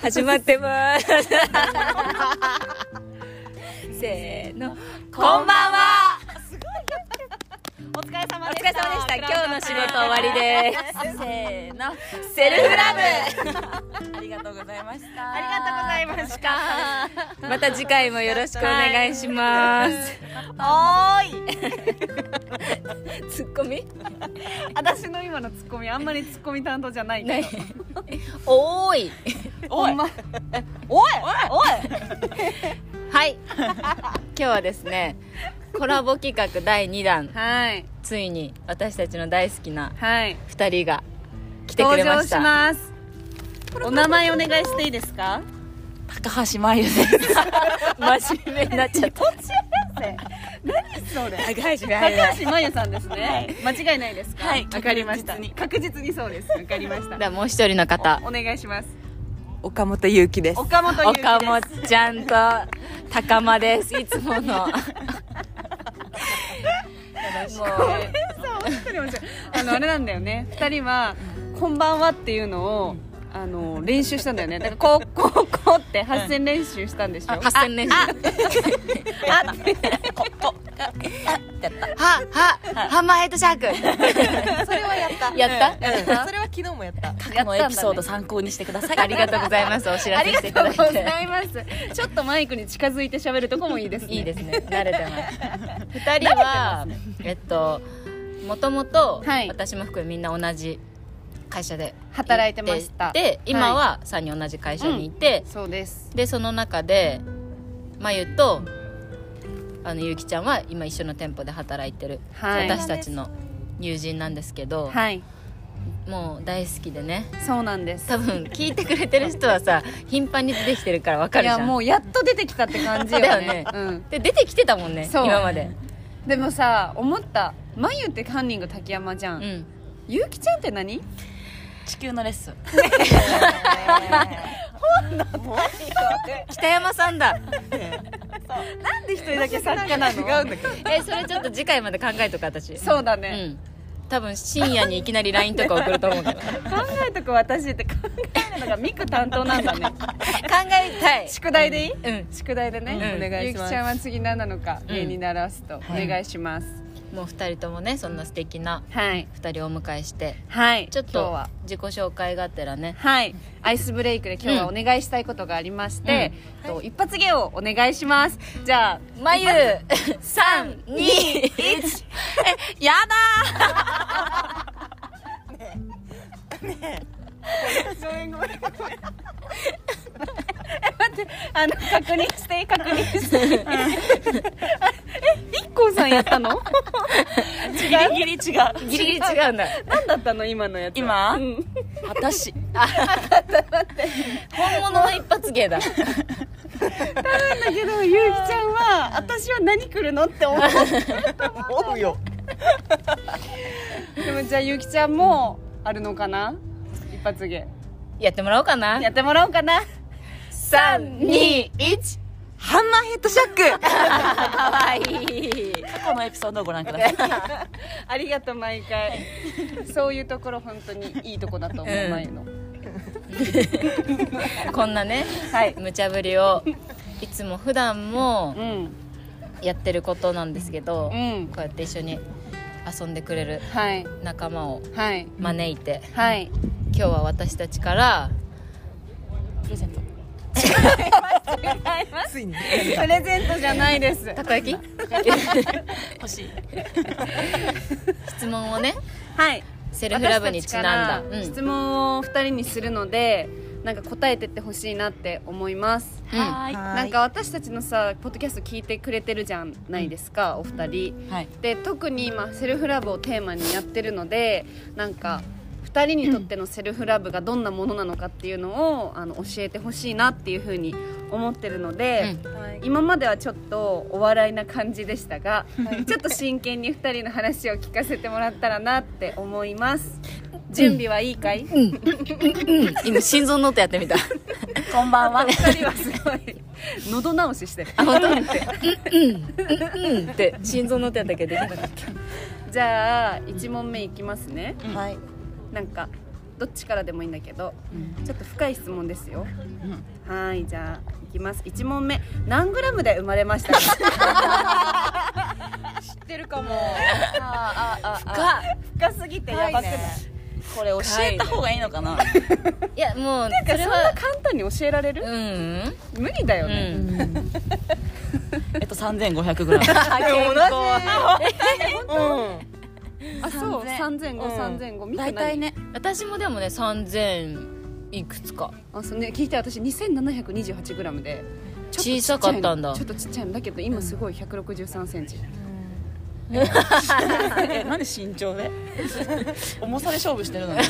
始まってます せーのこんばんはお疲れ様おで疲れし様でたした今日の仕事終わりですせーのセルフラブ ありがとうございました。ありがとうございましたまた次回もよろしくお願いしますおー いツッコミ私の今のツッコミあんまりツッコミ担当じゃないなけいど おーいおいおいおいはい今日はですねコラボ企画第2弾はいついに私たちの大好きなはい2人が来てく登れま場ししたますお名前お願いしていいですか高橋真由です。真面目になっちゃった何それ高橋真高橋真由さんですね間違いないですかはいわかりました確実に確実にそうですわかりましでたはもう一人の方お願いします岡本優希です。岡本優希岡で本ちゃんと高間ですいつものすごめんそう本当に面白いあのあれなんだよね二人は「こんばんは」っていうのをあの練習したんだよねだからこうこうこうって発声練習したんでしょ8 0年習あってははハンマーヘッドシャークそれはやったやったた。それは昨日もやった。やったんだのねエピソード参考にしてください。ありがとうございますお知ら あせりしがていとただうごいてざいますちょっとマイクに近づいて喋るとこもいいですねいいですね慣れてます2 人は、えっともともとはい私も含めみんな同じ会社で働いてましたで今は3人同じ会社にいて、そうですでその中でまゆとあのゆうきちゃんは今一緒の店舗で働いてる、はい私たちの友人なんですけど、はいもう大好きでねそうなんです多分聞いてくれてる人はさ頻繁に出てきてるからわかるじゃんいやもうやっと出てきたって感 じよねだよねうん、で出てきてたもんねそう今まででもさ思ったまゆってカンニング竹山じゃ、うんんゆうきちゃんって何地球のレッスン。北山さんだなんで一人だけ作家なの違うんだけど。えそれちょっと次回まで考えとく私そうだうね、ん多分深夜にいきなり LINE とか送ると思うけど 考考えとく私って考えるのがミク担当なんだ ねえたい宿題でいい、うん宿題でね、うんお願いゆうしきますちゃんは次何なのかうん芸にならすとおはい願いします、もう2人ともねそんな素敵なはい2人をお迎えしてはいちょっ今日とは自己紹介がてらねはいアイスブレイクで今日はお願いしたいことがありまして、と一発芸をお願いしますじゃあまゆ三二一えやあの確認 して確認して、え一 k さんやったのギリギリ違う。だギリギリ違うんだ 何だったの今のやつ今うん私。本物の一発芸だだけどゆうきちゃんは私は何来るのって思う思うよ。でもじゃあゆうきちゃんもあるのかな一発芸やってもらおうかなやってもらおうかな三二一ハンマーヘッドシャック。可愛いい過去のエピソードをご覧ください。ありがとう毎回そういうところ本当にいいとこだと思ううん前の、 こんなねはい無茶ぶりをいつも普段もうんやってることなんですけどうこんうやって一緒に遊んでくれるはい仲間をはい招いてはい今日は私たちからプレゼント。ついにプレゼントじゃないですたこ 焼き欲しい。質問をねはいセルフラブにちなんだ私たちからうん質問を二人にするのでなんか答えてってほしいなって思いますうんいなんか私たちのさポッドキャスト聞いてくれてるじゃないですか、お二人はい。で特に今セルフラブをテーマにやってるのでなんか2人にとってのセルフラブがどんなものなのかっていうのをあの教えてほしいなっていうふうに思ってるので、今まではちょっとお笑いな感じでしたが、ちょっと真剣に2人の話を聞かせてもらったらなって思います準備はいいかい、うん今心臓の音やってみたこんばん は。 2人はすごい喉直ししてる あ本当うんって心臓の音やったけどできなかったじゃあ1問目いきますねはい。なんかどっちからでもいいんだけどちょっと深い質問ですよはいじゃあいきます1問目何グラムで生まれましたか知ってるかもあああが深すぎてやばくない深いねこれ教えた方がいいのかな、いやもうそそんれなは簡単に教えられるうん無理だようね、んえっと3500グラムあそう3000 3005、3005見てない大体ね私もでもね3000いくつかあそうね聞いて私2728グラムでちょっとちっちゃい小さかったんだちょっとちっちゃいんだけど今すごい163センチ、 えなんで身長 で重さで勝負してるのに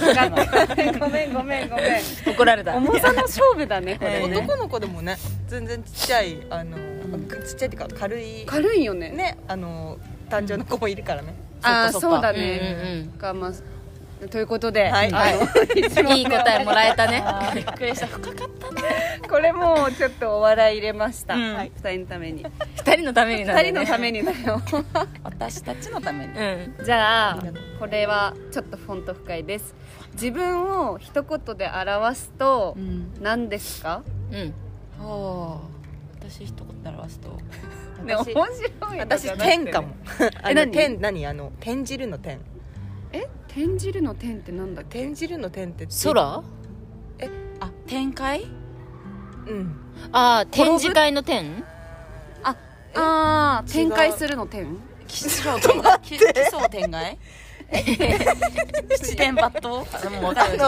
ごめんごめんごめん怒られた重さの勝負だねこはれいね男の子でもね全然ちっちゃいあの、ちっちゃいっていうか軽い軽いよねねあの誕生の子もいるからねああそそっかそっかうだうんね、うがまあということで、はいはいんうんいい答えもらえたねびっくりした深かっ これもうちょっとお笑い入れました、う二ん2人のために二人のためにな2る人ねのためにだよた私たちのためにうんじゃあこれはちょっとフォント深いです自分を一言で表すとん何ですか、うんはあ私一言で表すとね面私白いのじ私ゃなくて天かもあえの何天何あの天汁の天え転じるの天ってなんだっけ天汁の天って空ああ展開うんあー展示会の展ああー違う展開するの天奇 想天外奇想天 外七点抜刀あもう分かる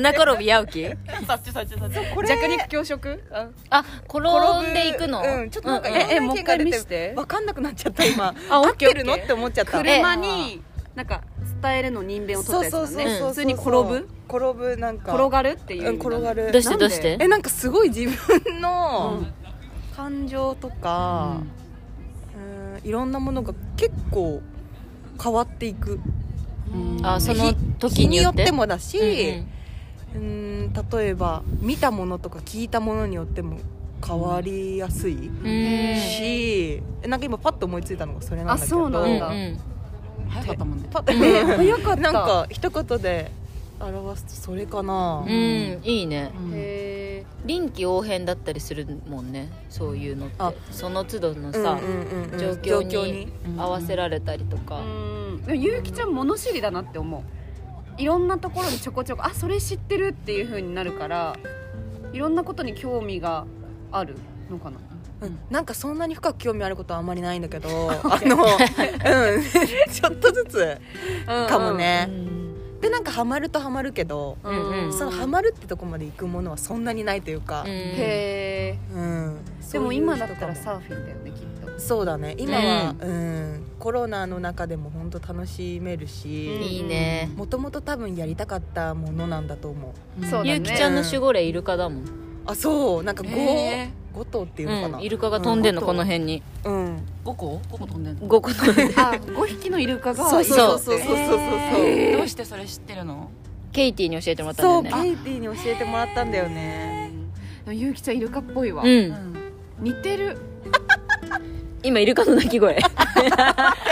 七転び八起きそっちそっちそっちこれ弱肉強食ああ転んでいくのうんちょっとなんかうええいろんな意見がもう一回出見してわかんなくなっちゃった今あ合ってるオのッケーオッケーって思っちゃった車になんか伝えるの人弁を取そっうたやつだそうそうねそう普通に転ぶ転ぶなんか転がるっていう意うん味だね転がるどうしてなんどでうしてえなんかすごい自分うのん感情とか、うんいろんなものが結構変わっていくうんあその時日にによよっっててもだし、うんうん例えば見たものとか聞いたものによっても変わりやすいうんうんし、えなんか今パッと思いついたのがそれなんだけあどそうなんだうんうん早かったもんねパッと、ね早かった なんか一言で表すとそれかな、うんいいねへ臨機応変だったりするもんねそういうのってあその都度のさうんうんうんうん状況に状況に合わせられたりとかーうんでもゆうきちゃん物知りだなって思ういろんなところにちょこちょこあそれ知ってるっていう風になるからいろんなことに興味があるのかなうんなんかそんなに深く興味あることはあんまりないんだけどあの、うん、 ちょっとずつかもね、でなんかハマるとハマるけど、うんうんうんそのハマるってとこまで行くものはそんなにないというかう、んへえうんでも今だったらそういう人かもサーフィンだよねきっとそうだね今は、うんコロナの中でも本当楽しめうるんしいいねもともと多分やりたかったものなんだと思うそうだねゆうきちゃんの守護霊イルカだもんあそうなんか5、へ五頭っていうのかな、うんイルカが飛んでんのこの辺にうん5個5個飛んでんの5個飛んであ5匹のイルカがそうそうそうそうそういそるうってそうどうしてそれ知ってるのケイティに教えてもらったそうんケだよねイティに教えてもらったんだよねでもゆうきちゃんイルカっぽいわ、ううんん似てる今イルカの鳴き 声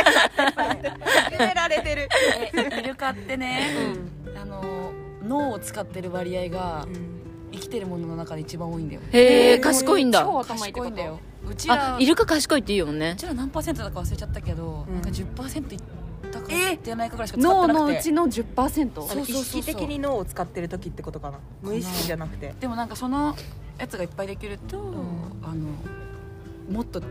決められてる、えイルカってねあの脳を使ってる割合が生きてるものの中で一番多いんだよへえ賢いんだ超頭いいって賢こいんだとようちらあイルカ賢いって言うよねうちら何パーセントだか忘れちゃったけど、うんなんか10%いったかいってないかぐらいしか使って脳なくてのうちの10%あそうの意識的に脳を使ってる時ってことかな無意識じゃなくてでもなんかそのやつがいっぱいできると、あのもっと違う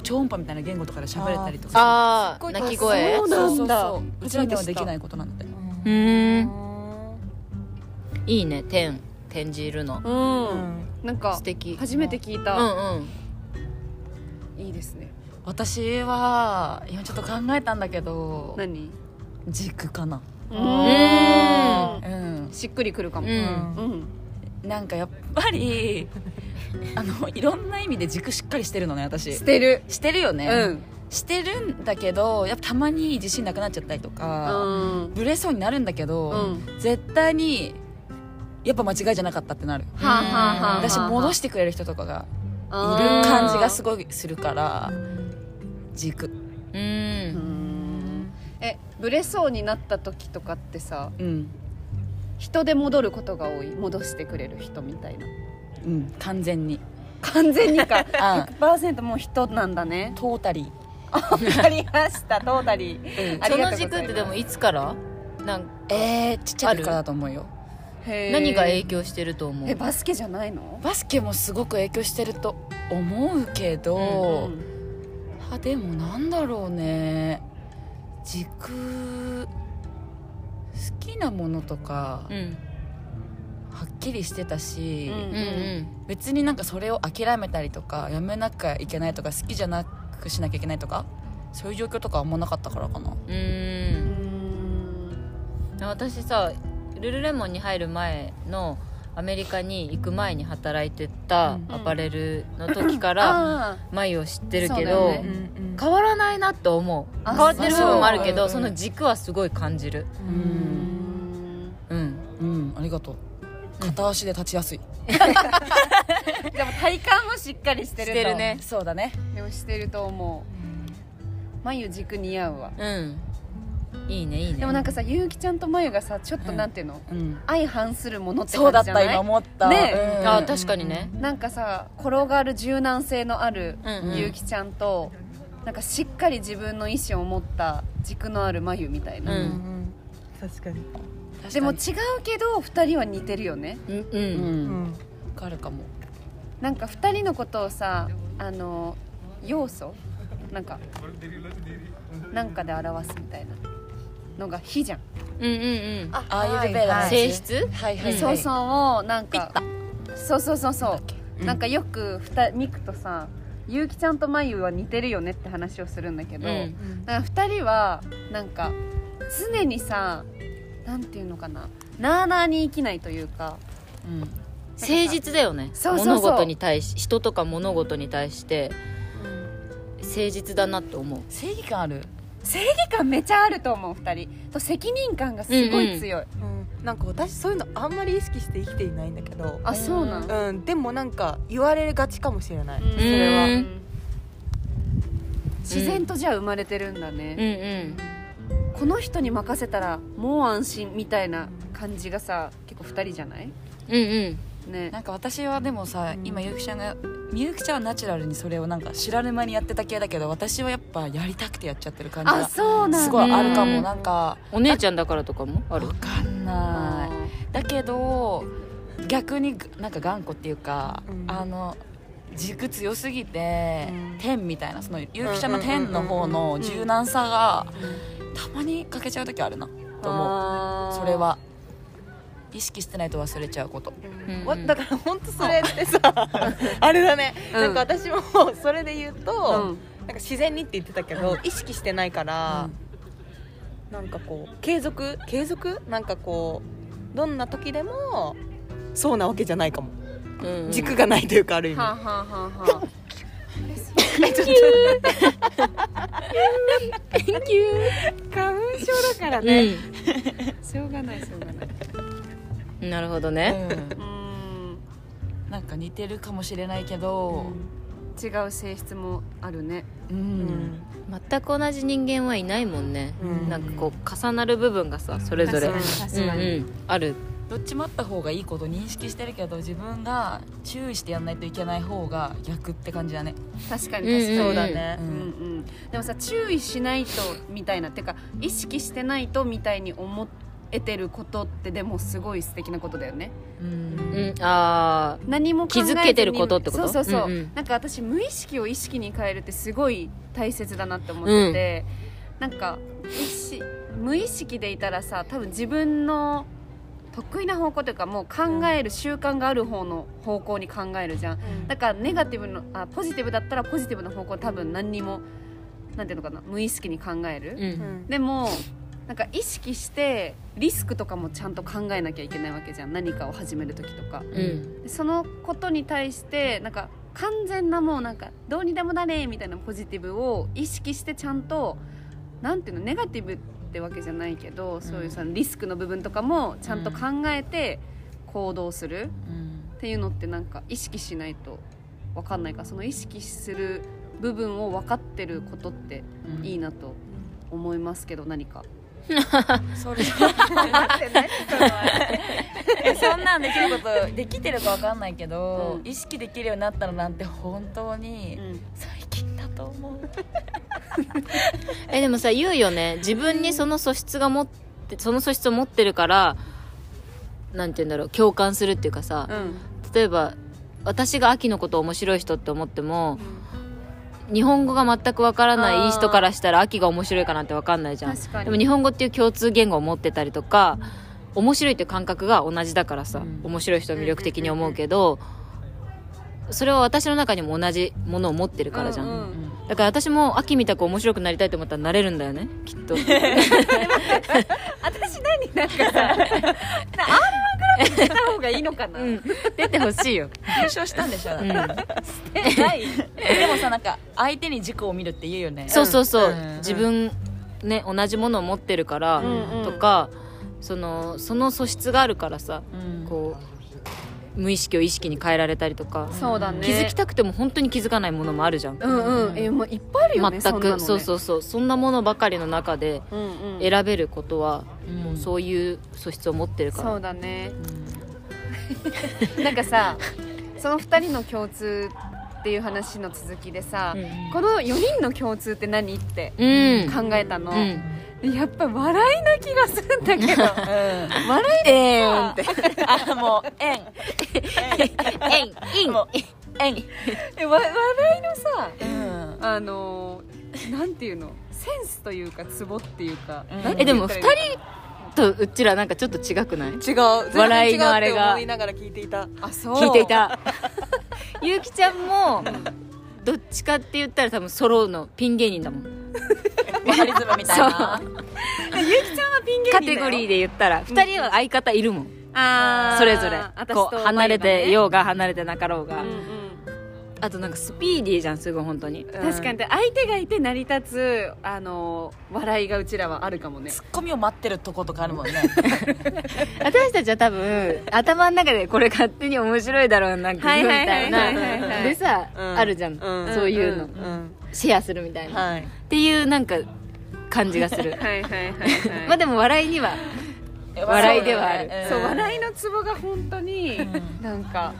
超音波みたいな言語とかで喋れたりとかああ鳴き声そうなんだそうそうそううちらではできないことなんだってうーんいいね天天示いるのうん、うんなんか素敵初めて聞いうた、んうんいいですね私は今ちょっと考えたんだけど何軸かなうううんんしっくりくるかもううんんんなんかやっぱりあのいろんな意味で軸しっかりしてるのね私捨てるしてるよね、うんしてるんだけどやっぱたまに自信なくなっちゃったりとか、うんブレそうになるんだけど、うん絶対にやっぱ間違いじゃなかったってなるはあはあはあ私戻してくれる人とかがいる感じがすごいするから軸ううんんえブレそうになった時とかってさうん人で戻ることが多い戻してくれる人みたいなうん完全に完全にか あ100%もう人なんだ ねトータリーわかりましたトータリーあそりがのとうございます軸ってでもいつからなんえー、ちっちゃい時からだと思うよへー何が影響してると思うえバスケじゃないのバスケもすごく影響してると思うけど、うんあでもなんだろうね軸好きなものとかうんはっきりしてたし、うんううんん別になんかそれを諦めたりとかやめなきゃいけないとか好きじゃなくしなきゃいけないとかそういう状況とかあんまなかったからかなうーん私さルルレモンに入る前のアメリカに行く前に働いてたうんアパレルの時からあ眉を知ってるけそうだど、よね変わらないなと思うあ変わってる部分もあるけそどうその軸はすごい感じるうーうんんうんうんありがとう片足で立ちやすい、でも体幹もしっかりしてしるとてるねそうだねでもしてると思う眉軸似合うわうんいいねいいねでもなんかさゆうきちゃんと眉がさちょっとなんていうのうん相反するものってそう感だじっじゃたない今思った、ねうんあ確かにねなんかさ転がる柔軟性のあるうんうんゆうきちゃんと、なんかしっかり自分の意思を持った軸のある眉みたいな、うん確かに、で確もか違うにけど2人は似てるよねうんううんん、ん、わかるかもなんか2人のことをさあの要素なんかなんかで表すみたいなのが「非」じゃん、うんうんうんあアーユルベーダのはい性質はいはい、はい、そうそうをなんかそうそうそうそううんなんかよく二人ミクとさゆうきちゃんとまゆは似てるよねって話をするんだけど、うんなんか2人はなんか常にさなんていうのかななあなあに生きないというかうん誠実だよねそうそうそう物事に対し人とか物事に対して誠実だなって思う正義感ある正義感めちゃあると思う2人と責任感がすごい強い、うん、なんか私そういうのあんまり意識して生きていないんだけどあそうなん、うん、でもなんか言われがちかもしれない、うんそれは、うん自然とじゃあ生まれてるんだうんね、うんこの人に任せたらもう安心みたいな感じがさ結構2人じゃないうんうんねなんか私はでもさ今ゆうきちゃんがみゆきちゃんはナチュラルにそれをなんか知らぬ間にやってた系だけど私はやっぱやりたくてやっちゃってる感じあがそうなんだすごいあるかうもんなんかお姉ちゃんだからとかもあるわかんあないだけど逆になんか頑固っていうか、うんあの軸強すぎて、うん天みたいなそのゆうきちゃんの天の方の柔軟さがたまに欠けちゃう時あるなと思うあーそれは意識してないと忘れちゃうことうんわだから本当それってさあれだね、なんか私もそれで言ううと、んなんか自然にって言ってたけど、意識してないから、なんかこう継続継続なんかこうどんな時でもそうなわけじゃないかも、うんうん軸がないというかある意味、はあ、はあはあはあ Thank you 花粉症だからね、しょうがないしょうがないうんなるほどうねんうんなんか似てるかもしれないけど、違う性質もあるねうんうん全く同じ人間はいないもんねうんなんかこう重なる部分がさそれぞれ確かに確かにうんうんあるどっちもあった方がいいこと認識してるけど自分が注意してやんないといけない方が逆って感じだね、確かに確かに、んそうだねううんんうんでもさ注意しないとみたいなってか意識してないとみたいに思えてることってでもすごい素敵なことだよねうんうんあー何も考えずに気づけてることってことそうそうそう、うんうんなんか私無意識を意識に変えるってすごい大切だなって思ってて、なんか意識無意識でいたらさ多分自分の得意な方向というかもう考える習慣がある方の方向に考えるじゃんだからネガティブのあポジティブだったらポジティブな方向多分何にもなんていうのかな無意識に考える、うんでもなんか意識してリスクとかもちゃんと考えなきゃいけないわけじゃん何かを始める時とかうんそのことに対してなんか完全なもうなんかどうにでもだねみたいなポジティブを意識してちゃんとなんていうのネガティブってわけじゃないけど、そういうそのリスクの部分とかもちゃんと考えて行動する、っていうのってなんか意識しないと分かんないからその意識する部分を分かってることっていいななと思いますけど何かそれ えそんなんできることできてるかわかんないけど、うん意識できるようになったのなんて本当に最近だと思う、えでもさ言うよね自分にその素質が持ってその素質を持ってるからなんて言うんだろう共感するっていうかさ、うん例えば私が秋のこと面白い人って思っても、日本語が全くわからないいい人からしたら秋が面白いかなんてわかんないじゃん確かにでも日本語っていう共通言語を持ってたりとか面白いっていう感覚が同じだからさ、うん面白い人を魅力的に思うけど、それは私の中にも同じものを持ってるからじゃん、うんうんうだから私も秋みたく面白くなりたいと思ったらなれるんだよねきっと私ねした方がいいのかな、うん出てほしいよ、優勝したんでしょ、う、うんないでもさなんか相手に自己を見るって言うよねそうそうそう、うん自分ね同じものを持ってるから、うんうんとかそのその素質があるからさうんこう無意識を意識に変えられたりとか、そうだね気づきたくても本当に気づかないものもあるじゃん、うんうんえもういっぱいあるよね全そんくなそ,、のねうそうそうそんなものばかりの中でうんうん選べることは、うんもうそういう素質を持ってるからそうだねうんなん かさその2人の共通っていう話の続きでさ、この4人の共通って何ってうん、うん考えたの、うんやっぱ笑いな気がするんだけど笑いえん ってあもうえんえいいんもうえんえわ笑いのさうんあのーなんていうのセンスというかツボっていうか、うんなんてえで言もったら2いい人とうちらなんかちょっと違くない違う全然笑い違うのあっれてが思いながら聞いていたのあそう聞いていた ゆうきちゃんもどっちかって言ったら多分ソロのピン芸人だもんバカリズムみたいなカテゴリーで言ったら2人は相方いるもんあーそれぞれ私とこう離れてようが離れてなかろうマがリがねうんあとなんかスピーディーじゃんすごい本当にうん確かにで相手がいて成り立つあのー笑いがうちらはあるかもねツッコミを待ってるとことかあるもんね私たちは多分頭の中でこれ勝手に面白いだろうな工夫みはいはいたはいいはいはいはいなでさうんあるじゃんうんそういうのうんうんシェアするみたいなっはいていうなんか感じがするはいはいはい、はい、まあでも笑いには笑いではあるそうい笑いのツボが本当にんなんか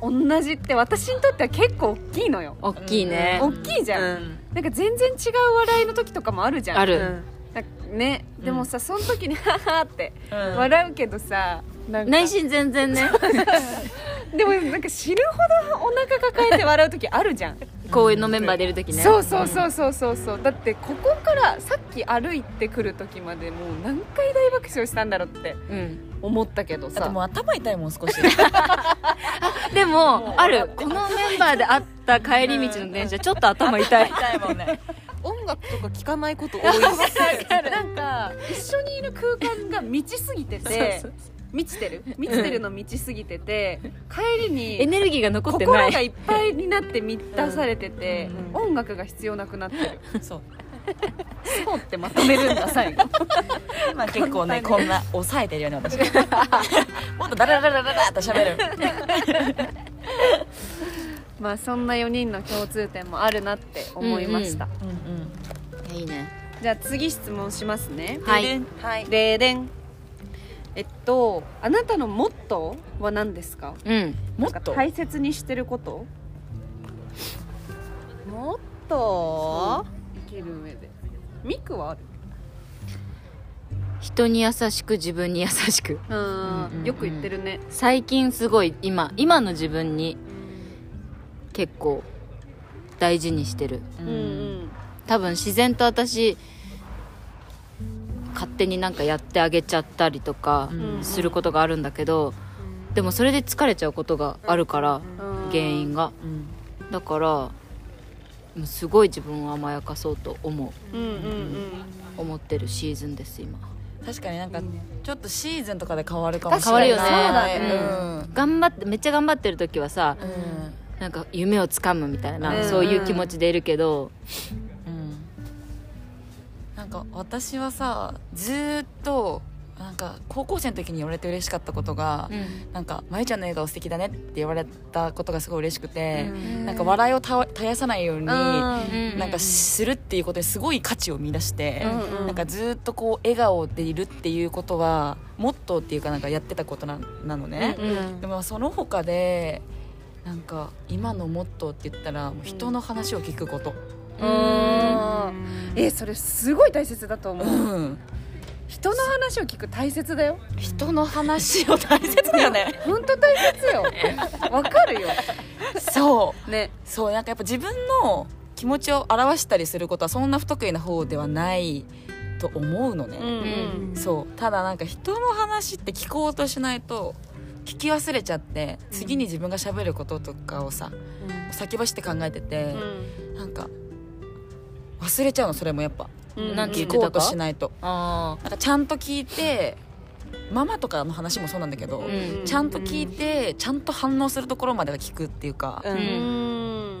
同じって私にとっては結構大きいのよ大きいね大きいじうゃん、んなんか全然違う笑いの時とかもあるじゃんあうるんなんかねでもさ、その時に「ハハ」ってうん笑うけどさ、なんか内心全然ねでもなんか死ぬほどお腹抱えて笑う時あるじゃん、 公演のメンバー出る時ねそうそうそうそうそうそうだってここからさっき歩いてくる時までもう何回大爆笑したんだろうってうん思ったけどだってさもう頭痛いもん少しでもあるこのメンバーで会った帰り道の電 車ちょっと頭痛い痛いもんね音楽とか聞かないこと多いっすなんか一緒にいる空間が満ちすぎてて満ちてる満ちてるの満ちすぎてて帰りにエネルギーが残って心ないがいっぱいになって満たされてて、うん音楽が必要なくなってるそうそうってまとめるんだ最後今結構ねこんな抑えてるよね私 もっとダラダラダラっと喋る まあそんな4人の共通点もあるなって思いました、うんうんいいねじゃあ次質問しますねはいではい例電えっとあなたのモットーは何ですかうんもなんっかと大切にしてることもっと生きる上でミクはある人に優しく自分に優しくうん、うんよく言ってるね、最近すごい今今の自分に結構大事にしてるううんうん多分自然と私勝手になんかやってあげちゃったりとかうんすることがあるんだけど、でもそれで疲れちゃうことがあるから、うん原因がうんだからもうすごい自分を甘やかそうと思ううんうん思ってるシーズンです今確かになんうかんいいねちょっとシーズンとかで変わるかもし変わるれよなねいそうだね頑張ってめっちゃ頑張ってる時はさなんか夢をつかむみたいな、うんそういう気持ちでいるけどうんなんか私はさずーっとなんか高校生の時に言われて嬉しかったことが、なんか「まゆちゃんの笑顔素敵だね」って言われたことがすごい嬉しくて、なんか笑いをたわ絶やさないように、なんかするっていうことにすごい価値を見出して、うんうんなんかずっとこう笑顔でいるっていうことはモットーっていうかなんかやってたことななのね、でもその他でなんか今のモットーって言ったらもう人の話を聞くこと、うんえそれすごい大切だと思ううん、人の話を聞く大切だよ人の話を大切だよね本当大切よわかるよそうねそうなんかやっぱ自分の気持ちを表したりすることはそんな不得意な方ではないと思うのね、んそうただなんか人の話って聞こうとしないと聞き忘れちゃって次に自分が喋ることとかをさ、先走って考えてて、なんか忘れちゃうのそれもやっぱうんなんて言聞ってこたうとしないと あなんかちゃんと聞いてママとかの話もそうなんだけど、あうんちゃんと聞いてちゃんと反応するところまでは聞くっていうか、うんう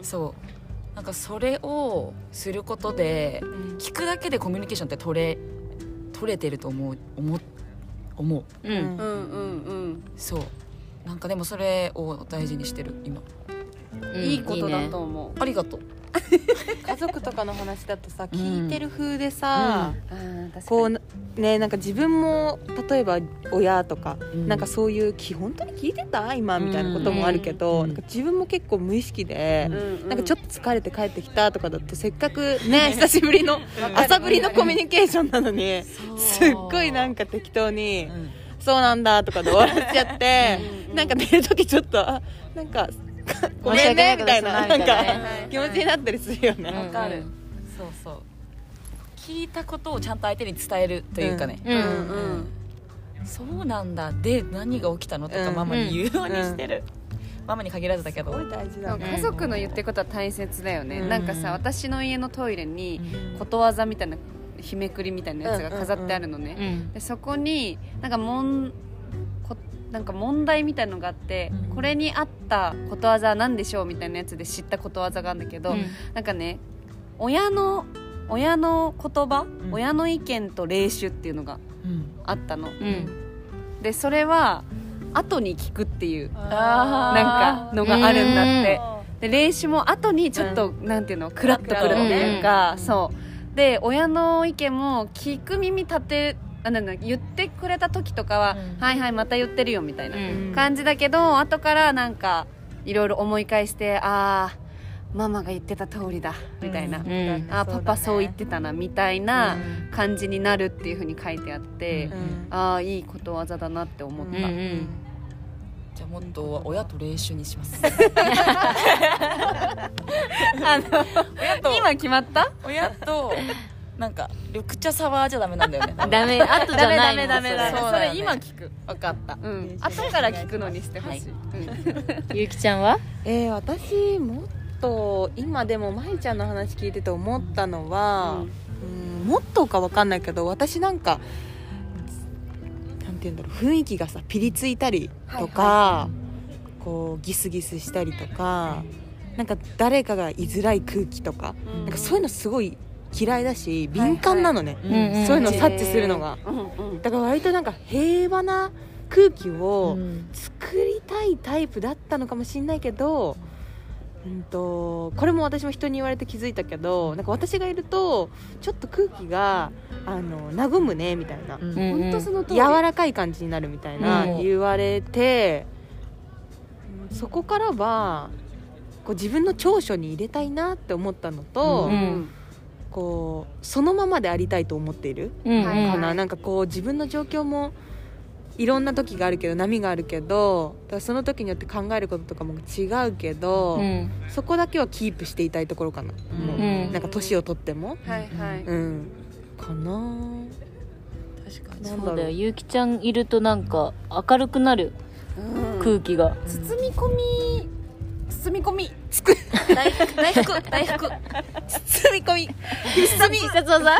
んそうなんかそれをすることで聞くだけでコミュニケーションって取れ取れてると思う思う思ううんうんうんそうなんかでもそれを大事にしてる今うんうんいいことだねと思ありがとう家族とかの話だとさ聞いてる風でさ、うあー確こかにうねなんか自分も例えば親とか、うんなんかそういう基本当に聞いてた今みたいなこともあるけど、うんなんか自分も結構無意識で、うんなんかちょっと疲れて帰ってきたとかだとせっかくね久しぶりの朝ぶりのコミュニケーションなのにすっごいなんか適当にうん「そうなんだ」とかで終わっちゃってなんか寝る時ちょっとあなんか「ごめんね」みたいななんか気持ちになったりするよね。わかる、そうそう聞いたことをちゃんと相手に伝えるというかね、うんうんうんうんそうなんだで何が起きたのとかうんママに言うようにしてる、ママに限らずだけどすごい大事だね。家族の言ってることは大切だよね、うんなんかさ私の家のトイレにことわざみたいな日めくりみたいなやつが飾ってあるのね、うんでそこになんかもんこなんか問題みたいのがあって、うんこれに合ったことわざは何でしょうみたいなやつで知ったことわざがあるんだけど、なんかね親の親の言葉、ん親の意見と霊種っていうのがうんあったの、うんでそれは後に聞くっていうあなんーかのがあるんだって、で練習も後にちょっと、なんていうのクラッとくるっていうか、そうで親の意見も聞く耳立てあなんだ言ってくれた時とかは、うんはいはいまた言ってるよみたいなうん感じだけど、後からなんかいろいろ思い返してああママが言ってた通りだみたいな、うんうんあーパパそう言ってたなみたいな感じになるっていうふうに書いてあって、うああいいことわざだなって思っうた、んうんじゃあもっと親と練習にしま すあの今決まった 親となんか緑茶サワーじゃ ダメなんだよねダメあとじゃないもんダメダメダメそそうそだれよね今聞く分かったうん後から聞くのにしてほしい、うんれゆうきちゃんはえー、私もっと今でもまゆちゃんの話聞いてて思ったのは、うんもっとかわかんないけど私なんかなんて言うんだろう雰囲気がさピリついたりとか、こうギスギスしたりとかなんか誰かが居づらい空気とか,、うんなんかそういうのすごい嫌いだし敏感なのね、うんうんそういうのを察知するのが。うんうんだから割となんか平和な空気を、うん作りたいタイプだったのかもしれないけど、うん、とこれも私も人に言われて気づいたけどなんか私がいるとちょっと空気があの和むねみたいな、うんうんうん本当その通り柔らかい感じになるみたいな、うん言われて、うんそこからはこう自分の長所に入れたいなって思ったのと、うんこうそのままでありたいと思っている。うんはいかななんかこう自分の状況もいろんな時があるけど波があるけどだからその時によって考えることとかも違うけど、うんそこだけはキープしていたいところかな、もううんなんか年を取ってもはいはい、うんかな確かになそんだうだろようゆうきちゃんいるとなんか明るくなるうん空気が包み込み包み込み 大福大福大福包み込み必殺技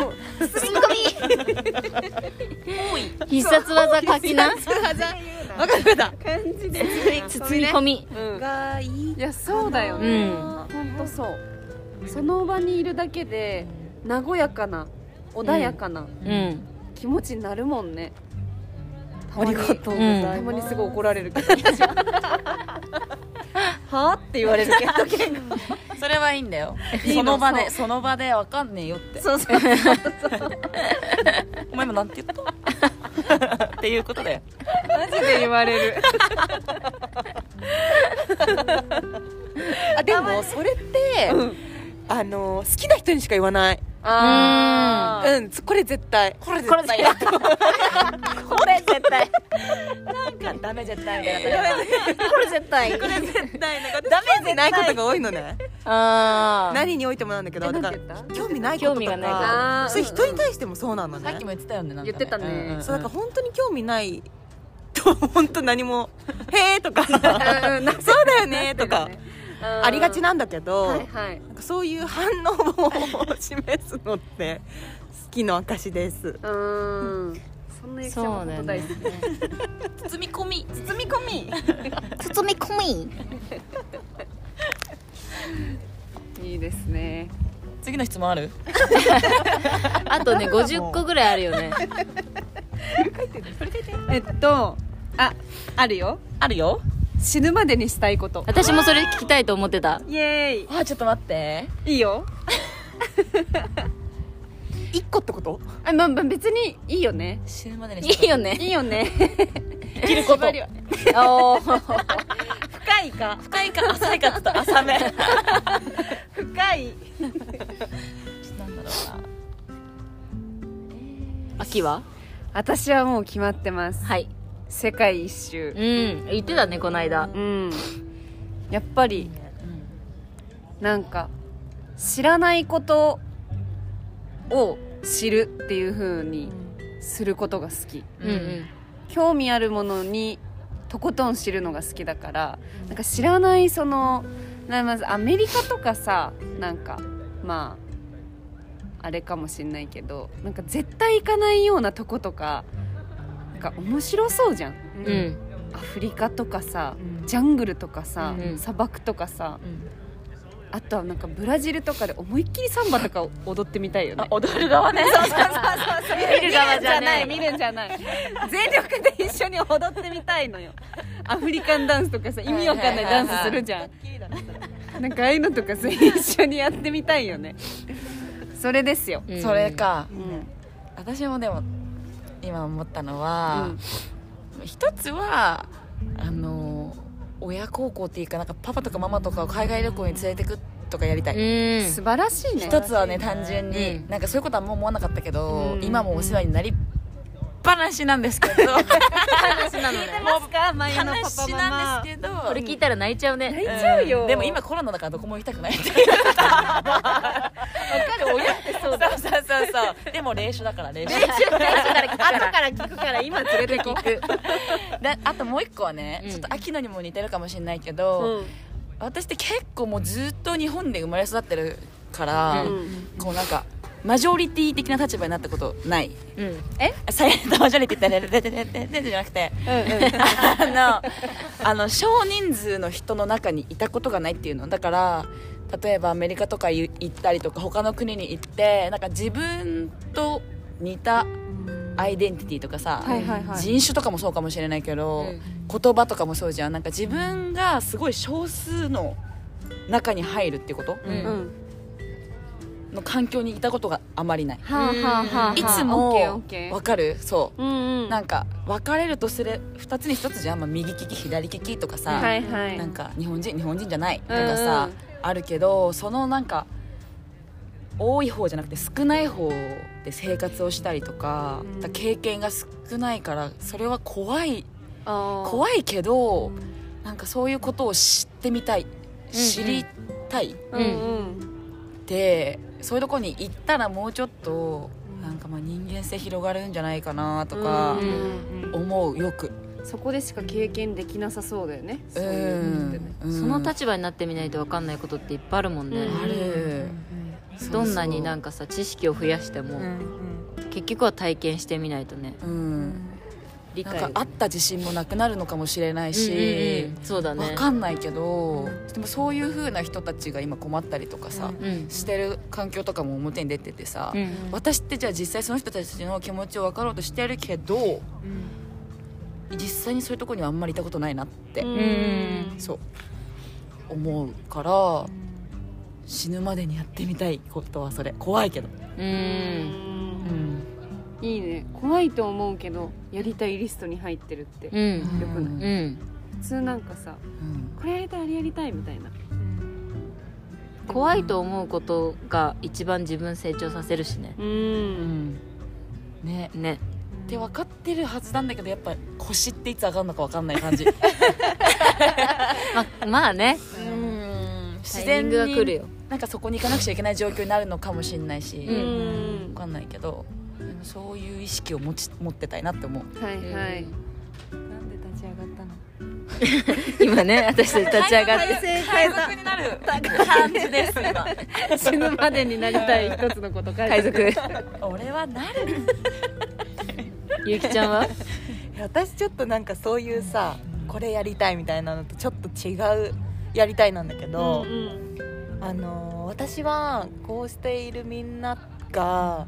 必殺技書きなわかるか感じで包包み込みうんがいいいやそうだようねん本当そうその場にいるだけで和やかな穏やかなうん気持ちになるもんねありがとうござざいまいますす、たまにすごい怒られるけど はあって言われる けど結構それはいいんだよいいのその場でその場でわかんねえよってそうそうお前今なんて言った っていうことだよマジで言わ れるあでもそれって、あの好きな人にしか言わないあうんつこれ絶対これ絶対これ絶対ダメ絶対これ絶対ダメでないことが多いのねああ何においてもなんだけどだから興味ないこ興とと味がないこあかーそれ人に対してもそうなのねさっきも言ってたよねなんか言ってたねうんうんそうだから本当に興味ない と本当何も「へえ」と か「そうだよね」とかありがちななんだけど、はいはいなんかそういう反応を示すのって好きの証ですうんそんなゆきちゃんのこと大好き包み込み包み込み包み込みいいですね。次の質問あるあとね50個ぐらいあるよねえっと、あ、あるよ。あるよ死ぬまでにしたいこと。私もそれ聞きたいと思ってたイエーあちょっと待ってイ。いいよ。一個ってことあ、まあ、まあ、別にいいよね。死ぬまでにいいよねいいよね。 生きること縛りはおー深いか。深いか浅いかっつったら浅めなんだ深い。ろう秋は私はもう決まってます。はい世界一周う。ん言ってたねこの間うん。やっぱり、なんか、知らないことを知るっていう風にすることが好き。うんうん興味あるものにとことん知るのが好きだからなんか知らないそのなまずアメリカとかさなんかまああれかもしんないけどなんか絶対行かないようなとことかなんか面白そうじゃんうんうんアフリカとかさうんジャングルとかさ、うん砂漠とかさうんあとはなんかブラジルとかで思いっきりサンバとかを踊ってみたいよねあ踊る 側ね見る側じゃない見るんじゃない見るんじゃない全力で一緒に踊ってみたいのよアフリカンダンスとかさ意味わかんないダンスするじゃんなんかああいうのとかさ一緒にやってみたいよねそれですよ、うんそれかうん私もでも今思ったのは、一つはあの親孝行っていうかなんかパパとかママとかを海外旅行に連れてくとかやりたい、うん素晴らしいね一つはね単純に、うんなんかそういうことはもう思わなかったけど、うん今もお世話になりっぱなしなんです けど話なの ねますか前のパパ話ママなんですけどこれ聞いたら泣いちゃうね泣いちゃうよ、でも今コロナだからどこも行きたくないっていう親ってそうそうそうそうそう でも練習だから練習後から聞くから今連れて聞くだあともう一個はね、うんちょっと秋野にも似てるかもしれないけど、私って結構もうずっと日本で生まれ育ってるから、うんこうなんかマジョリティ的な立場になったことないうんサイレントマジョリティってねねねねねねじゃなくて、あのあの少人数の人の中にいたことがないっていうのだから例えばアメリカとかい行ったりとか他の国に行ってなんか自分と似たアイデンティティとかさ、はいはいはい人種とかもそうかもしれないけど、言葉とかもそうじゃんなんか自分がすごい少数の中に入るっていうことうんうんうんの環境にいたことがあまりない。はあはあはあはあいつオッケーオッもケーわかるそううんうんなんか分かれるとすれ2つに1つじゃん、まあ、右利き左利きとかさ、はいはいなんか日本人日本人じゃないとかうさ、んうんあるけどそのなんか多い方じゃなくて少ない方で生活をしたりとか,、うん経験が少ないからそれは怖い怖い怖いけど、なんかそういうことを知ってみたい知りたい、うんうんでそういうとこに行ったらもうちょっとなんかまあ人間性広がるんじゃないかなとかうんうんうん思うよく。そこでしか経験できなさそうだよねそういうのってねうんその立場になってみないと分かんないことっていっぱいあるもんね、うんあるどんなになんかかさ知識を増やしても、結局は体験してみないとねうん理なん解かあった自信もなくなるのかもしれないし、しうんうんうんそうだねわかんないけどでもそういう風な人たちが今困ったりとかさうんしてる環境とかも表に出ててさうん私ってじゃあ実際その人たちの気持ちを分かろうとしてるけど実際にそういうとこにはあんまりいたことないなって、んそう思うから死ぬまでにやってみたいことはそれ怖いけど、ううんんいいね怖いと思うけどやりたいリストに入ってるって、うんうんよくないうん普通なんかさこれやりたいあれやりたいみたいな怖いと思うことが一番自分成長させるしねううんんねねって分かってるはずなんだけどやっぱ腰っていつ上がるのか分かんない感じまあまあねうん 自タイミン然にグが来るよなんかそこに行かなくちゃいけない状況になるのかもしれないし、うわん分かんないけどでもそういう意識を持ち持ってたいなって思うはいはいなんで立ち上がったの今ね私たち立ち上がって正解だになる感じです今死ぬまでになりたい一つのこと海海賊俺はなるゆうきちゃんは私ちょっとなんかそういうさこれやりたいみたいなのとちょっと違うやりたいなんだけど、あのー私はこうしているみんなが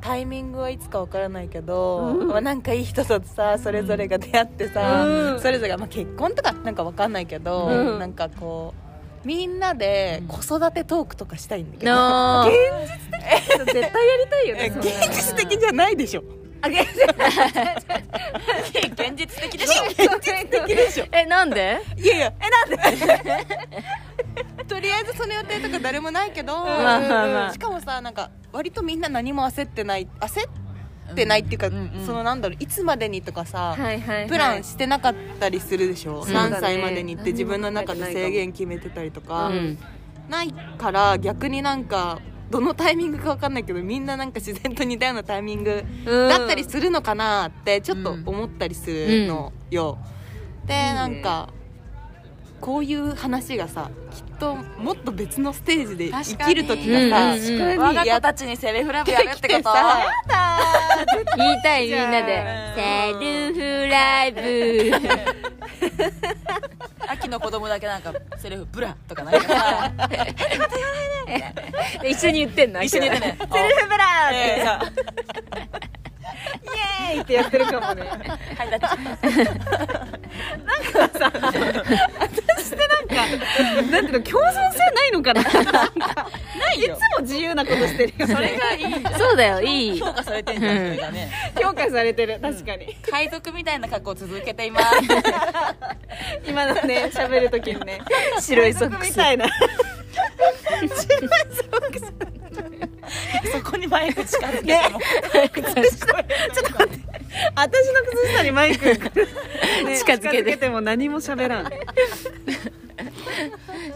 タイミングはいつかわからないけど、まあ、なんかいい人とさそれぞれが出会ってさ、うんそれぞれが、まあ、結婚とかなんかわかんないけど、うんなんかこうみんなで子育てトークとかしたいんだけど、の絶対やりたいよえねそ現れ実的じゃないでしょ現実的でしょえなんでいやいやえなんで とりあえずその予定とか誰もないけど、まあまあまあしかもさなんか割とみんな何も焦ってない焦ってないっていうか、そのなんだろういつまでにとかさ、はいはいはいプランしてなかったりするでしょ、そうだね3歳までにって自分の中で制限決めてたりとか、うんないから逆になんかどのタイミングか分かんないけどみんななんか自然と似たようなタイミングだったりするのかなってちょっと思ったりするのよ、でなんかこういう話がさきっともっと別のステージで生きる時がさ、うんうんうん我が子たちにセルフラブやるってことさ言いたいみんなで「セルフライブ」秋の子供だけなんかセルフブラとかない からで 一緒に言ってんの一緒にやってねセルフブラーって、イエーイってやってるかもねはいだってなんていうの共存性ないのかなないよいつも自由なことしてるよそれがそうだよいい評価されてんじゃんそれがね評価されてる確かに海賊みたいな格好を続けています今のね喋るときに ね白いソックみスたいなそこにマイク近づけても、私の靴下にマイク、ね近づけても何も喋らん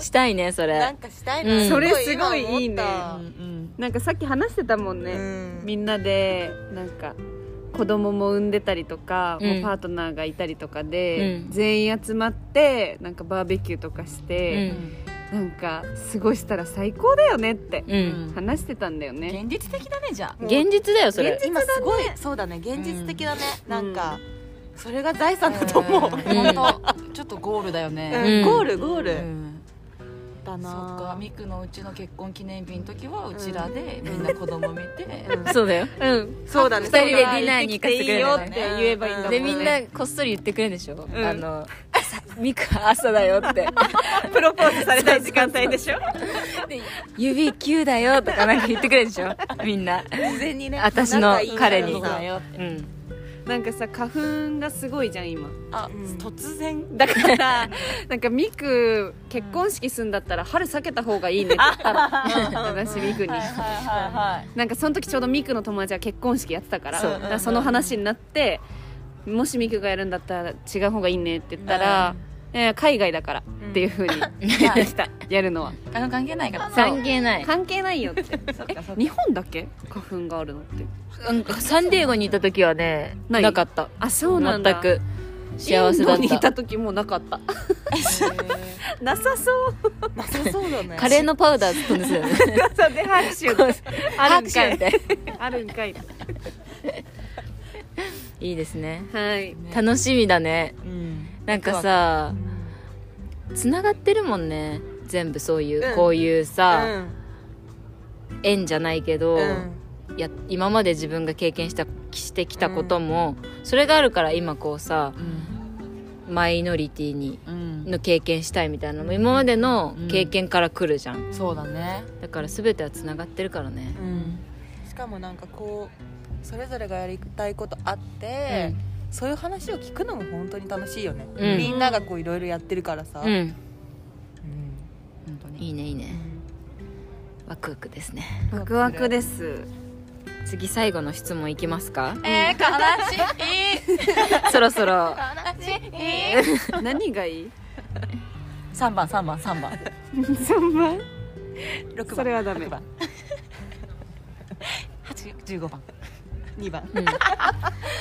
したいねそなんれかしたいうんな、それすごいいいね今思っなんかさっき話してたもんたね、うんみんなでなんか子供も産んでたりとか、うんもうパートナーがいたりとかで、うん全員集まってなんかバーベキューとかしうて、んなんか過ごしたら最高だよねってうん話してたんだよね、現実的だねじゃあ現実だよそれ現実今すごいそうだね現実的だね、なんかそれが財産 だと思う、うん本当ちょっとゴールだよね、んゴールゴーうル、んだそっかなミクのうちの結婚記念日の時はうちらでみんな子供見て、そうだようんそうだね二人でディナーに行かせいてくいれるよのってね言えばいいんだもんねでみんなこっそり言ってくれるんでしょ、んあの朝ミク朝だよ って プロポーズされたい時間帯でしょで指9だよとかなんか言ってくれるでしょみんな事前にね私の彼に仲いいからさうんなんかさ花粉がすごいじゃん今あ、うん突然だからなんかミク結婚式すんだったら春避けた方がいいねって言ったの私ミクにはいはいなんかその時ちょうどミクの友達が結婚式やってたからそうだからその話になってもしミクがやるんだったら違う方がいいねって言ったら、えー海外だからっていうふうに言ってきた、やるのはあの関係ないから関係ない関係ないよってえ日本だけ花粉があるのってうんサンディエゴにいた時はねなないかったあそうなんだ全く幸せだインドにいったた時もうなかった なさそうなさそうだねカレーのパウダーずっと盗んでるなさで拍手 あるんかみいたいあるんかいいいですねはい楽しみだねなんかさつながってるもんね全部そういう、うんこういううさ、ん縁じゃないけど、うんや今まで自分が経験したしてきたことも、それがあるから今こうさうんマイノリティにうん、の経験したいみたいなのも今までの経験から来るじゃん、そうだねだから全てはつながってるからねうんしかもなんかこうそれぞれがやりたいことあって、そういう話を聞くのも本当に楽しいよね、うんみんながこういろいろやってるからさ、うん、本当にいいねいいねワクワクですねワクワクです次最後の質問いきますかえー、悲しいそろそろ 何がいい3番3番3番3番6番それはダメ6番8 15番2番うん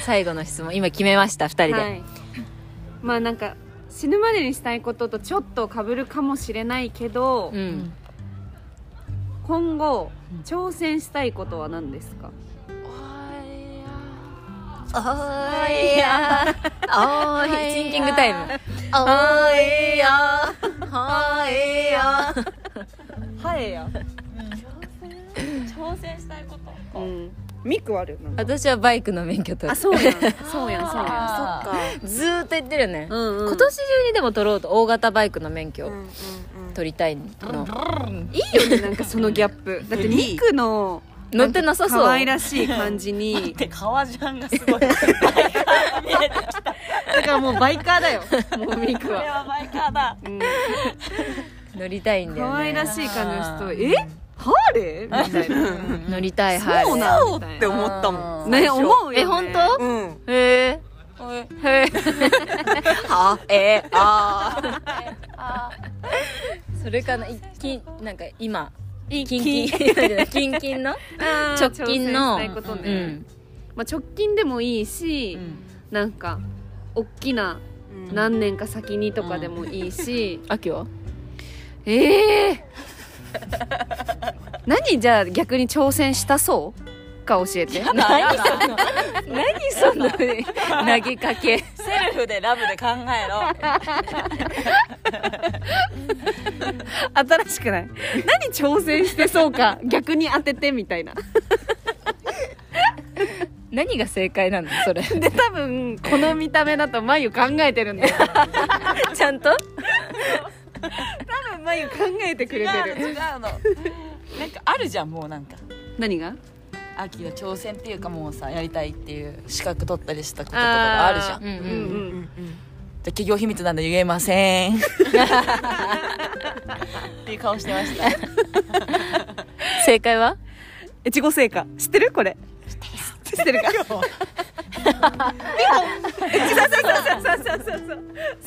最後の質問今決めました2人で、はい、まあなんか死ぬまでにしたいこととちょっとかぶるかもしれないけど、うん、今後うん挑戦したいことは何ですか、おーいやおーいシンキングタイムおーいやおーいやはえや挑戦したいことうん、ミクあるなんか 私はバイクの免許取あるそうやん そうやんそうやあそっかずーっと言ってるよね、ん、うんうん、今年中にでも取ろうと大型バイクの免許うんうんをうん取りたいの、いいよねなんかそのギャップだってミクの乗ってなさそう可愛らしい感じ にで革ジャンがすごいこだからもうバイカーだよもうミクれは、はマイカーだうん、乗りたいんだよね可愛らしい感じの人えハーレーみたい な乗りたいはいそうななんそうって思ったもんね思うよ、ね、え本当うんへえへええはえあーそれかな一気なんか今キンキンキンキンのあー直近の挑戦したいことねうんまあ、直近でもいいし、うんなんか大きなうん何年か先にとかでもいいし、秋はええー、 何じゃあ逆に挑戦したそうか教えて何それ何その投げかけセルフでラブで考えろ新しくない何挑戦してそうか逆に当ててみたいな何が正解なのそれで多分この見た目だと眉考えてるんだよちゃんと多分眉考えてく違うれてるの違うのなんかあるじゃんもうなんか 何が秋は挑戦っていうかもうさやりたいっていう資格取ったりしたこととかあるじゃうんじんゃうんうんあうん企業秘密なんで言えませんっていう顔してました正解は越後製菓知ってるこれ知ってるか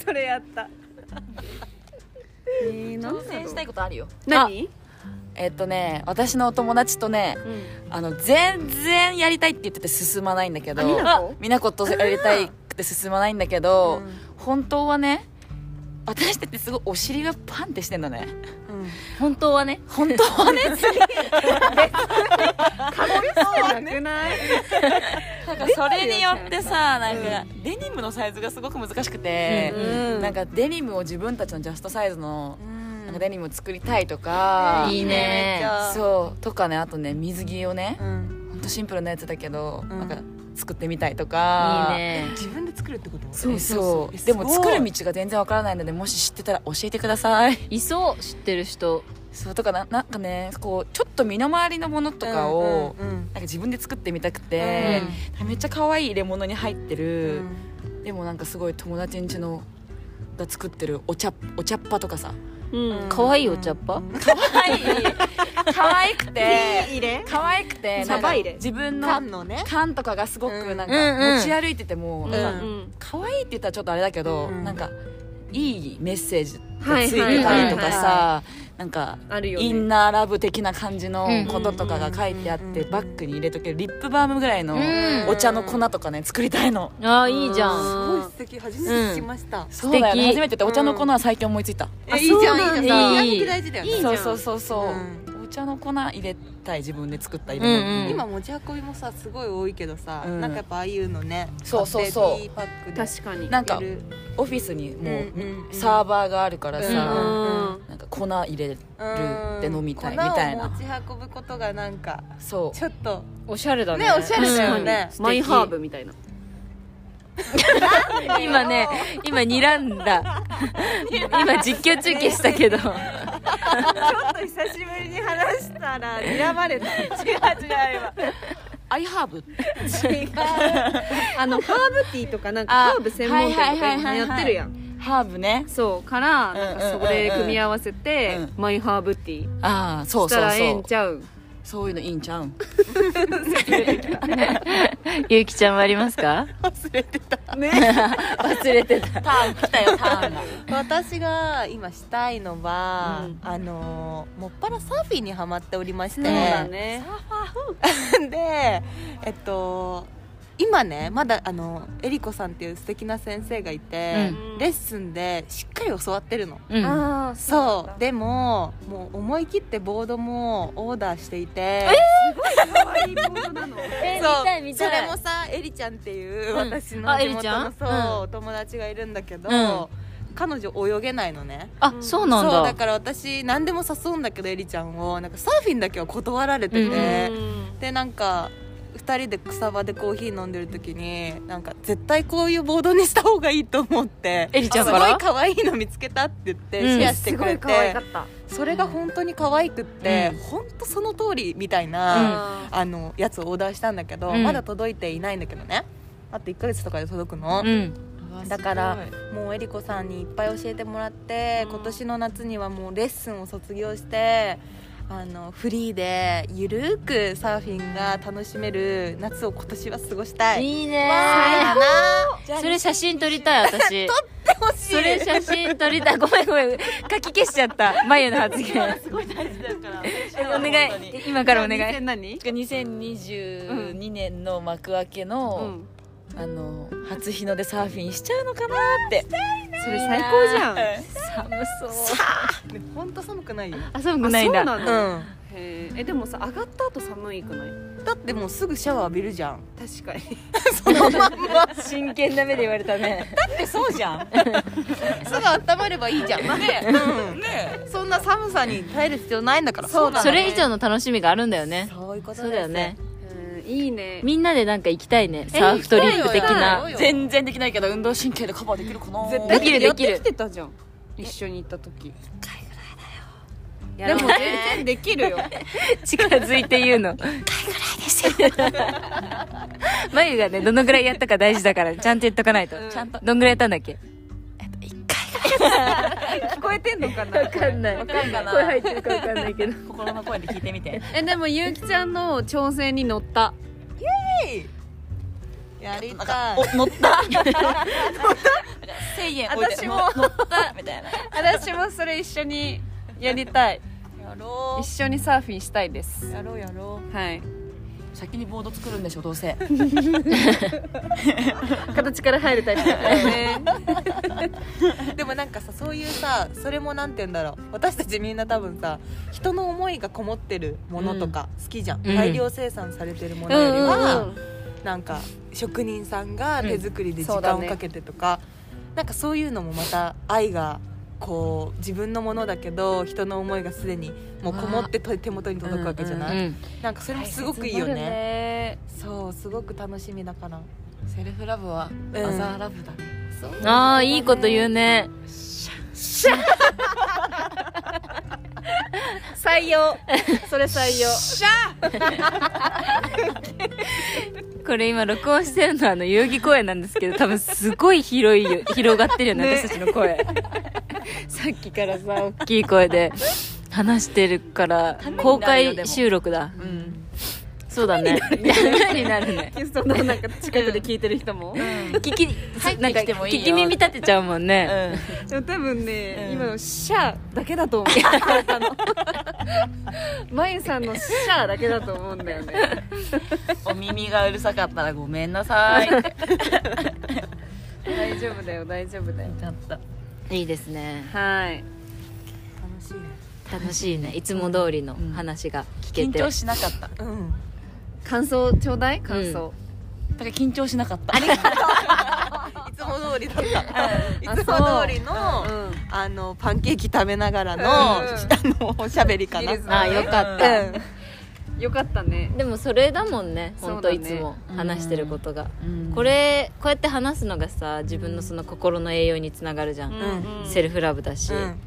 それやったえー、なんだ挑戦したいことあるよ何 えっとね私のお友達とねあの全然やりたいって言ってて進まないんだけどみなこみなことやりたいくて進まないんだけど、本当はね私たちってすごいお尻がパンってしてんだね本当はね本当はねなくないなんか それによってさなんかデニムのサイズがすごく難しくて、うんなんかデニムを自分たちのジャストサイズのなんかデニムを作りたいとか、いいねそうとかねあとね水着をねほんとシンプルなやつだけど、うんなんか作ってみたいといかいね自分で作るってことそうそうでも作る道が全然わからないのでもし知ってたら教えてくださいいそう知ってる人そうとかななんかねこうちょっと身の回りのものとかを、なんか自分で作ってみたくて、めっちゃ可愛い入れ物に入ってる、でもなんかすごい友達ん家のが作ってるお茶お茶っ葉とかさうん可愛いお茶っ葉可愛い可愛く て入れ可愛くて茶葉入れなんか自分の缶のね缶とかがすごくなんうんうんか持ち歩いてても、うんなんかうん可愛いって言ったらちょっとあれだけど、うんなんかいいメッセージがついてたりとかはいさなんかあるよねインナーラブ的な感じのうんこととかが書いてあっうんてバッグに入れとけるリップバームぐらいのうんお茶の粉とかね作りたいのああいいじゃうんんすごい素敵初めて聞きましたそうだよね素敵初めてってお茶の粉は最近思いついた、えいいそうじゃなんんいいだじゃん意外と大事だよねいいじゃんそうそうそうそう、お茶の粉入れたい自分で作った入れ物、うんうん今持ち運びもさすごい多いけどさ、うんなんかやっぱああいうのねそうそうそう買ってティーパックで確かになんか入れるオフィスにもうんうんうんうサーバーがあるからさ、うんうんなんか粉入れるって飲みたいみ粉をたいな持ち運ぶことがなんかそうちょっとおしゃれだねねおしゃれだようんねマイハーブみたいな今ね、今睨んだ。今実況中継した けど。っと久しぶりに話したら睨 まれた違う違うアイハーブ違うあのハーブティーとかなんかあハーブ専門店とか今はいはいはいはい流行ってるやんハーブねそうからなんかそれ組み合わせて、うんうんマイハーブティーああそうしたそうらええそんうちゃうそういうのいいんちゃうんゆうきちゃんはありますか忘れてた忘れてた。ターン来たよターンが私が今したいのは、うんあのもっぱらサーフィンにはまっておりまして、そうだねでえっと今ねまだあのえりこさんっていう素敵な先生がいて、うんレッスンでしっかり教わってるのうん。うんああそうでももう思い切ってボードもオーダーしていて可愛いボードなのえそ見うたい見たいそれもさえりちゃんっていううん私のあ地えりち元ゃのんそう、友達がいるんだけど、うん彼女泳げないのねあ、そうなんそうだだ。から私何でも誘うんだけどえりちゃんをなんかサーフィンだけは断られてて、でなんか2人で草場でコーヒー飲んでる時になんか絶対こういうボードにした方がいいと思ってえりちゃんからあすごい可愛いの見つけたって言ってうんシェアしてくれすごい可愛てか、ったそれが本当に可愛くって、うん本当その通りみたいうんあな、あのやつをオーダーしたんだけど、うんまだ届いていないんだけどねあと1ヶ月とかで届くの、うん。だからもうえりこさんにいっぱい教えてもらって、うん今年の夏にはもうレッスンを卒業してあのフリーでゆるーくサーフィンが楽しめる夏を今年は過ごしたい。いいわねーそれ写真撮りたい、私。撮ってほしいそれ写真撮りたい。ごめんごめん。書き消しちゃった。眉の発言。すごい大事だからお願い。今からお願い。何2022年の幕開けの、あの初日の出サーフィンしちゃうのかなってそれ最高じゃん寒そう。本当寒くないよ、あ、寒あくないんだ。そうなうの、ん、へーえでもさ上がった後寒いくないだってもうすぐシャワー浴びるじゃん確かにそのまんま真剣な目で言われたね。えそうじゃんすぐ温まればいいじゃんね、うん、ねそんな寒さに耐える必要ないんだからそうだねそれ以上の楽しみがあるんだよね。そういうことですそうだよね。うんいいねみんなでなんか行きたいね。サーフトリップ的な。全然できないけど運動神経でカバーできるかな絶で対きるできるやってきてたじゃん一緒に行った時やでろもうね全然できるよ近づいて言うの。まゆがね、どのぐらいやったか大事だから、ちゃんと言っとかないと。ちゃんとどんぐらいやったんだっけ聞こえてんのかなんない。わかんない声入ってるかわかんないけど。 心の声で聞いてみてえでもゆうきちゃんの挑戦に乗ったやりなたんかいお 乗った乗った1000円置いて私もの乗ったみたいな私もそれ一緒にやりたいやろ一緒にサーフィンしたいですうやろうやろはい先にボード作るんでしょどうせ形から入るタイプだからねう でもなんかさそういうさそれもなんて言うんだろう私たちみんな多分さ人の思いがこもってるものとか好きじゃん、うん大量生産されてるもうのよんりうは、んうんなんか職人さんが手作りで時そうだ間をねかけてとか、なんかそういうのもまた愛がこう自分のものだけど人の思いがすでにもうこもってと手元に届くわけじゃない、うん。なんかそれもすごくいいよね大切になるねそうすごく楽しみだからセルフラブはうアんザーラブだね、ああ、いいこと言うね。採用それ採用これ今録音してるのはあの、代々木公園なんですけど、多分すごい広いよ、広がってるよね、私たちの声。さっきからさ、大きい声で話してるから、公開収録だ。うん、そうだね。ためになる ね。ゲストのなんか近くで聞いてる人も聞き、なんかてもいいよ聞き耳立てちゃうもんね。でも多分ね、うん今の「シャー」だけだ と思う聞こえたのまゆさんの「シャー」だけだと思うんだよねお耳がうるさかったらごめんなさいよ大丈夫だよ大丈夫だよかったいいですねはい楽しいね楽しいねいつも通りの話が聞け緊て、張しなかっただうかん感想ちょうだい感想、ら緊張しなかっ たいつも通りだった。いあつも通りの、うんうんあの、パンケーキ食べながらの、うんあの、おしゃべりかな。いいですねああよかった、うん。よかったねでもそれだもんねそ本うだね当いつも話してることが、うんこれこうやって話すのがさ自分のその心の栄養につながるじゃん、んセルフフラブだし、うん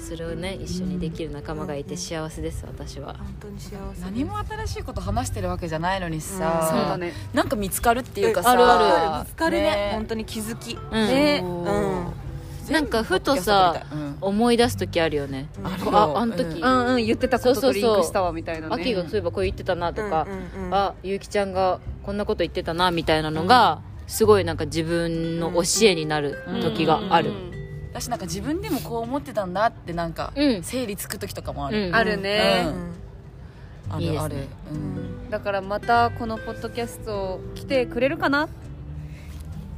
それをね一緒にできる仲間がいて幸せです私は本当に幸せ何も新しいこと話してるわけじゃないのにうんそそううだださ、ねなんか見つかるっていうかさあるあぶつかるね本当に気づきうんねそううんなんかふとさうん思い出す時あるよねうんあるよああの時、ううんうん言ってたことそとうそうリそうンクしたわみたいなね秋がそういえばこれ言ってたなとか、うんうんあゆうきちゃんがこんなこと言ってたなみたいなのが、すごいなんか自分の教えになる時がある、私なんか自分でもこう思ってたんだってなんかうん整理つく時とかもあうんる、あるねあいいでるすあねる、ううんんだからまたこのポッドキャスト来てくれるかな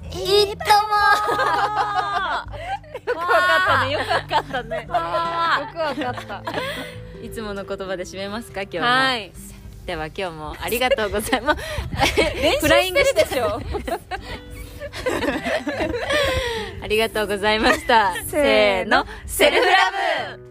い いとよくわかったねよくわかったねよくわかったもいつもの言葉で締めますか今日も、はいでは今日もありがとうございます 練習してるでしょ ありがとうございましたせーのセルフラブ